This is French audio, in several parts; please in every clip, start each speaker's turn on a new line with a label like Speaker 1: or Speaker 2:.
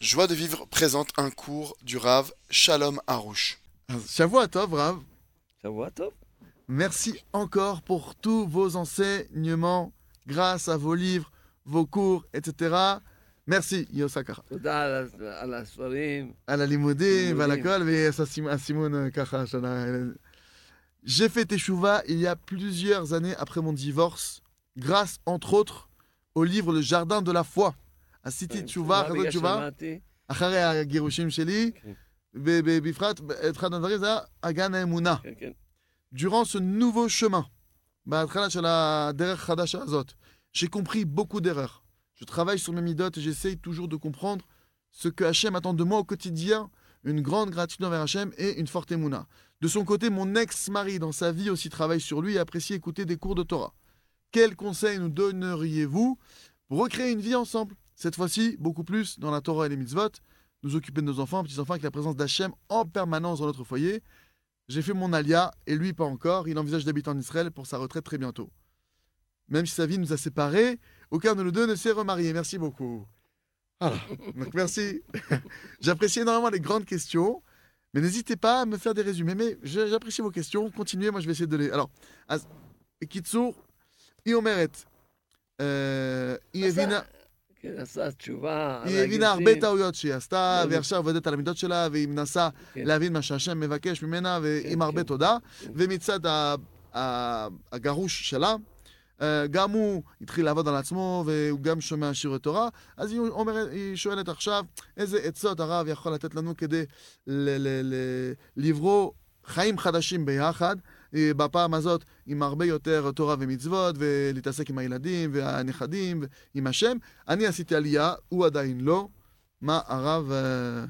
Speaker 1: Joie de vivre présente un cours du Rav Shalom Harouche.
Speaker 2: J'avoue à Tov, Rav.
Speaker 3: Ça va, top
Speaker 2: Merci encore pour tous vos enseignements, grâce à vos livres, vos cours, etc. Merci, Yosakara.
Speaker 3: תודה על ה- על הספרים.
Speaker 2: על הלימודים ועל
Speaker 3: לימודים.
Speaker 2: הכל, והסימון אה, ככה שנה... J'ai fait Teshuvah il y a plusieurs années après mon divorce, grâce entre autres au livre Le Jardin de la Foi. עשיתי תשובה,
Speaker 3: בגלל
Speaker 2: אחרי תשובה,
Speaker 3: ששמעתי,
Speaker 2: אחרי הגירושים שלי,
Speaker 3: כן.
Speaker 2: ב- ב- בפרט, אחד הדברים זה היה אגן האמונה.
Speaker 3: כן, כן.
Speaker 2: durant ce nouveau chemin, Bah, בהתחלה של הדרך החדשה הזאת, j'ai compris beaucoup d'erreurs. Je travaille sur mes midotes et j'essaye toujours de comprendre ce que Hachem attend de moi au quotidien, une grande gratitude envers Hachem et une forte émouna. De son côté, mon ex-mari dans sa vie aussi travaille sur lui et apprécie écouter des cours de Torah. Quels conseils nous donneriez-vous pour recréer une vie ensemble Cette fois-ci, beaucoup plus dans la Torah et les mitzvot, nous occuper de nos enfants, petits-enfants avec la présence d'Hachem en permanence dans notre foyer. J'ai fait mon alia et lui pas encore. Il envisage d'habiter en Israël pour sa retraite très bientôt. Même si sa vie nous a séparés, aucun de nous deux ne s'est remarié. Merci beaucoup. Voilà. Donc merci. J'apprécie énormément les grandes questions. Mais n'hésitez pas à me faire des résumés. Mais je- j'apprécie vos questions. Continuez, moi je vais essayer de les. Alors, as... Kitsour, Iomeret. Euh, היא הבינה-
Speaker 3: כן, עשה תשובה. על
Speaker 2: היא הבינה
Speaker 3: הגיוסים.
Speaker 2: הרבה טעויות שהיא עשתה,
Speaker 3: לא,
Speaker 2: ועכשיו עובדת על המידות שלה, והיא מנסה
Speaker 3: כן.
Speaker 2: להבין מה שהשם מבקש ממנה, ועם
Speaker 3: כן,
Speaker 2: הרבה
Speaker 3: כן.
Speaker 2: תודה.
Speaker 3: כן.
Speaker 2: ומצד ה- ה- הגרוש שלה, אה, גם הוא התחיל לעבוד על עצמו, והוא גם שומע שיעורי תורה, אז היא, אומר, היא שואלת עכשיו, איזה עצות הרב יכול לתת לנו כדי ל- ל- ל- לברוא חיים חדשים ביחד, אה, בפעם הזאת עם הרבה יותר תורה ומצוות, ולהתעסק עם הילדים והנכדים, עם השם. אני עשיתי עלייה, הוא עדיין לא. מה הרב... אה,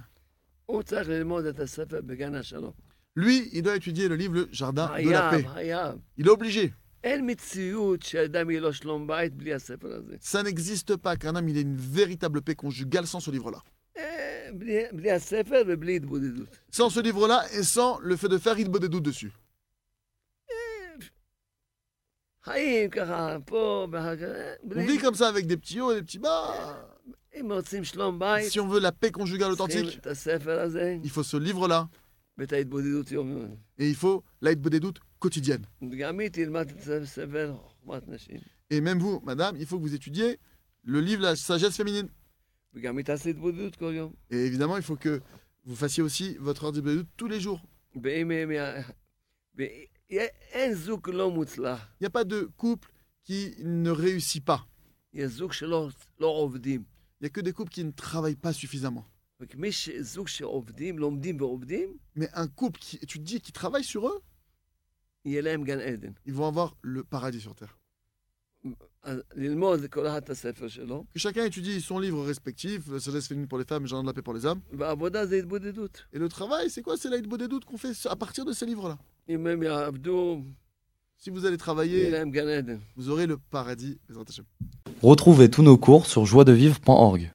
Speaker 3: הוא צריך ללמוד את הספר בגן השלום.
Speaker 2: Lui, il doit étudier le livre Le Jardin de la
Speaker 3: חייב,
Speaker 2: Paix.
Speaker 3: חייב.
Speaker 2: Il est obligé.
Speaker 3: אין מציאות שאדם יהיה לו שלום בית בלי הספר הזה.
Speaker 2: Ça n'existe pas qu'un homme il ait une véritable paix conjugale sans ce livre-là.
Speaker 3: אה, בלי- בלי הספר ובלי התבודדות.
Speaker 2: Sans ce livre-là et sans le fait de faire il des doutes dessus.
Speaker 3: אה, חיים ככה, פה, ואחר כך... אה,
Speaker 2: On
Speaker 3: בלי-
Speaker 2: vit comme ça avec des petits hauts et des petits bas.
Speaker 3: אם רוצים שלום בית,
Speaker 2: Si on veut la paix conjugale
Speaker 3: צריכים
Speaker 2: authentique,
Speaker 3: את הספר הזה
Speaker 2: il faut ce livre-là
Speaker 3: ואת ההתבודדות יום-יום.
Speaker 2: et il faut la des doutes quotidienne.
Speaker 3: גם היא תלמד את הספר חוכמת נשים,
Speaker 2: Et même vous, madame, il faut que vous étudiez le livre La sagesse féminine.
Speaker 3: וגם היא תעשה התבודדות כל יום.
Speaker 2: Et évidemment, il faut que vous fassiez aussi votre ordre de doutes tous les jours.
Speaker 3: ואם... הם י- ו- אין זוג לא מוצלח,
Speaker 2: Il n'y a pas de couple qui ne réussit pas.
Speaker 3: יש זוג שלא לא עובדים.
Speaker 2: Il n'y a que des couples qui ne travaillent pas suffisamment.
Speaker 3: ומי ש- זוג שעובדים, לומדים ועובדים,
Speaker 2: Mais un couple qui étudie, qui travaille sur eux,
Speaker 3: יהיה להם גן עדן.
Speaker 2: ils vont avoir le paradis sur terre.
Speaker 3: אז ללמוד כל אחד את הספר שלו,
Speaker 2: Que chacun étudie son livre respectif, euh, La sagesse féminine pour les femmes, Jardin de la paix pour les hommes.
Speaker 3: ועבודה זה התבודדות.
Speaker 2: Et le travail, c'est quoi C'est l'aide des doutes qu'on fait à partir de ces livres-là.
Speaker 3: אם הם יעבדו,
Speaker 2: Si vous allez
Speaker 3: יהיה
Speaker 2: travailler,
Speaker 3: להם גן עדן.
Speaker 2: vous aurez le paradis. Bezrat Hashem.
Speaker 4: Retrouvez tous nos cours sur joiedevivre.org.